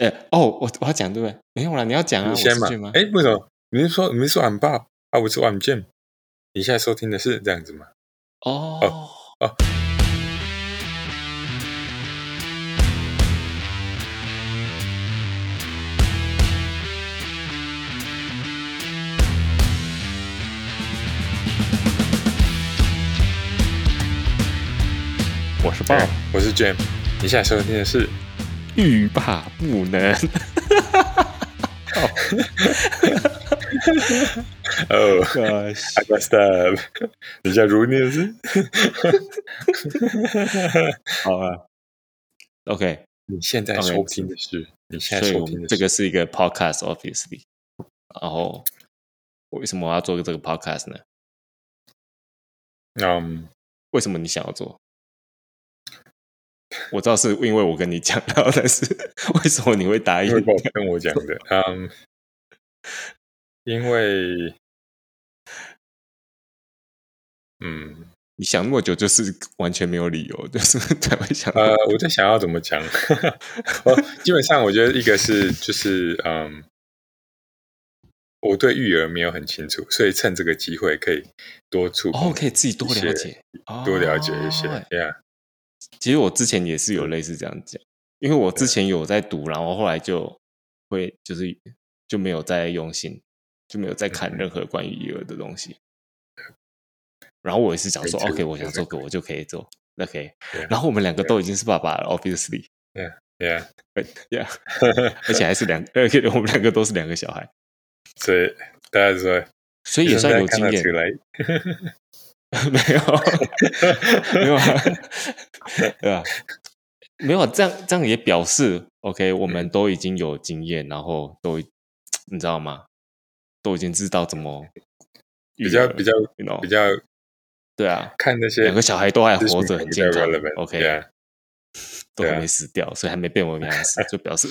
哎、哦，我我要讲对不对？没有啦，你要讲啊，你我先是嘛去吗？？哎，为什么？你是说你是说俺爸啊？我是 I'm Jim。你现在收听的是这样子吗？哦，哦我是爸爸，我是 Jim。你现在收听的是 欲罢不能。哦 Gosh， ，I got stab。你现在如念是？好啊，OK，你现在 OK，收听的是？你现所在以收我听们的这是？个是一个 podcast，obviously。然后为什么我要做这个 podcast 呢？嗯，为什么你想要做？我知道是因为我跟你讲到，但是为什么你会答应因为？爸爸跟我讲 的，嗯，因为，嗯，你想那么久，就是完全没有理由，就是 才会想到。呃，我在想要怎么讲。 我基本上我觉得一个是就是嗯，我对育儿没有很清楚，所以趁这个机会可以多触碰、哦，可以自己多了解，多了解一些。哦 yeah，其实我之前也是有类似这样讲，因为我啊之前有在读，然后后来就会就是就没有再用心，就没有再嗯看任何关于育儿的东西。然后我也是想说没错，OK，我想没做错个我就可以做，OK。对啊然后我们两个都已经是爸爸了，obviously， yeah， yeah，而且还是两， 而且我们两个都是两个小孩， 所以大家说所以也算有看经得验出。来， 没有，没有啊， 对吧、没有啊，这样这样也表示 OK，我们都已经有经验，然后都你知道吗？都已经知道怎么比较比较 you know, 比较对啊，看那些哦两个小孩都还资讯活着，很比较健康 relevant， ，OK，、 yeah，都还对啊没死掉，所以还没被我们养死，就表示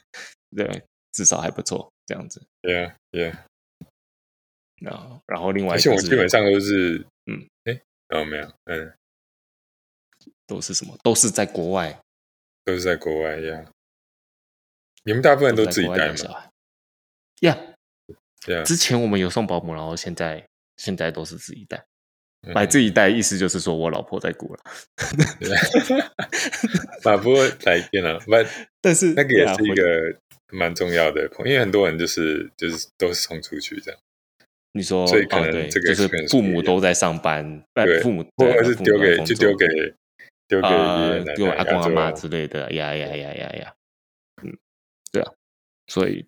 对，至少还不错这样子。 yeah yeah，然后，然后另外而一且个我是基本上都是嗯，哎，哦没有，嗯，都是什么，都是在国外，都是在国外呀。你们大部分都在自己国外带养嘛？小孩。呀、对啊，之前我们有送保姆，然后现在现在都是自己带。嗯买自己带，意思就是说我老婆在顾了， 啊，不过来电了，不，但是那个也是对啊一我个蛮重要的，因为很多人就是就是都是送出去这样，你说，所以可哦能对，这个就是是可能是父不一母样都在上班，呃对父母或对者是父母丢都在给工就作丢给丢给啊爷爷呃奶给我奶阿公阿做妈之类的，呀呀呀呀呀，嗯，对啊，所以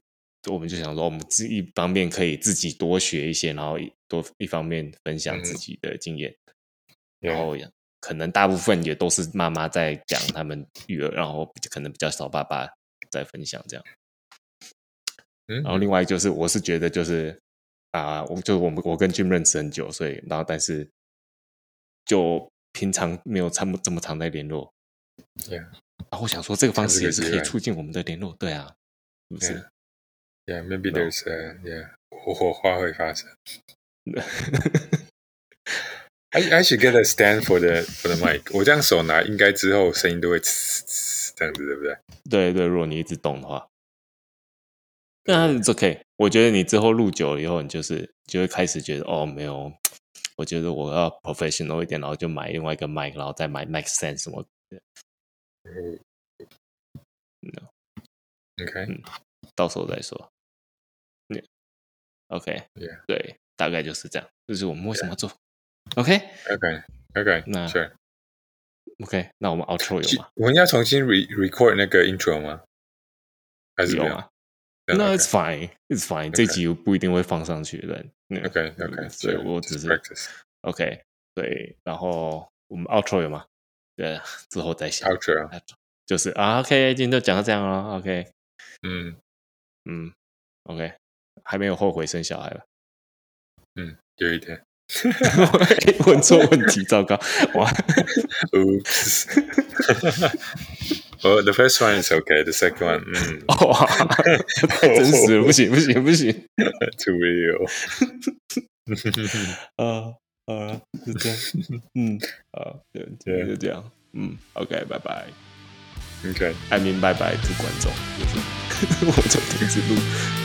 我们就想说，哦我们自一方面可以自己多学一些，然后一多一方面分享自嗯己的经验，然嗯后也可能大部分也都是妈妈在讲他们育儿，然后可能比较少爸爸在分享这样。然后嗯另外就是，我是觉得就是啊、我就我们我跟 Jim 认识很久，所以然后但是就平常没有这么这么常在联络。 Yeah 然后我想说，这个方趁式也啊这个是机可以会促进我们的联络，对啊，是不是，Yeah，maybe 啊 there's a yeah 火火花会发 生。I I should get a stand for the for the mic，我这样手拿应该之后声音都会呲呲这样子，对不对？对对，如果你一直懂的话，那 it's 啊 OK。我觉得你之后录久了以后，你就是就会开始觉得哦，没有，我觉得我要 professional 一点，然后就买另外一个麦，然后再买 Max Sense 什么， OK，到时候再说。嗯 OK，、 Yeah 对，大概就是这样，就是我们啊为什么要做。OK，OK，、 OK OK，那 sure。那我们 outro 有吗？我们要重新 re record 那个 intro 吗？还是不有要吗？那 o it's fine，it's fine，这集不一定会放上去的。嗯 k OK，嗯所以我只是 practice OK，对，然后我们 outro 有吗？对，之后再想。 outro，就是啊，OK，今天就讲到这样了。OK，嗯嗯，OK，还没有后悔生小孩吧？嗯，有一点 问错问题，糟糕！哇， ，oops。well, the first one is okay. The second one, mm, 嗯哇，哦太真实了，不行不行不行！ ，too real. 啊，好了，就这样，嗯，好，就就 Yeah. 就这样，嗯，OK，拜拜， OK， I mean，拜拜，to 观众，就是。 我就停止录。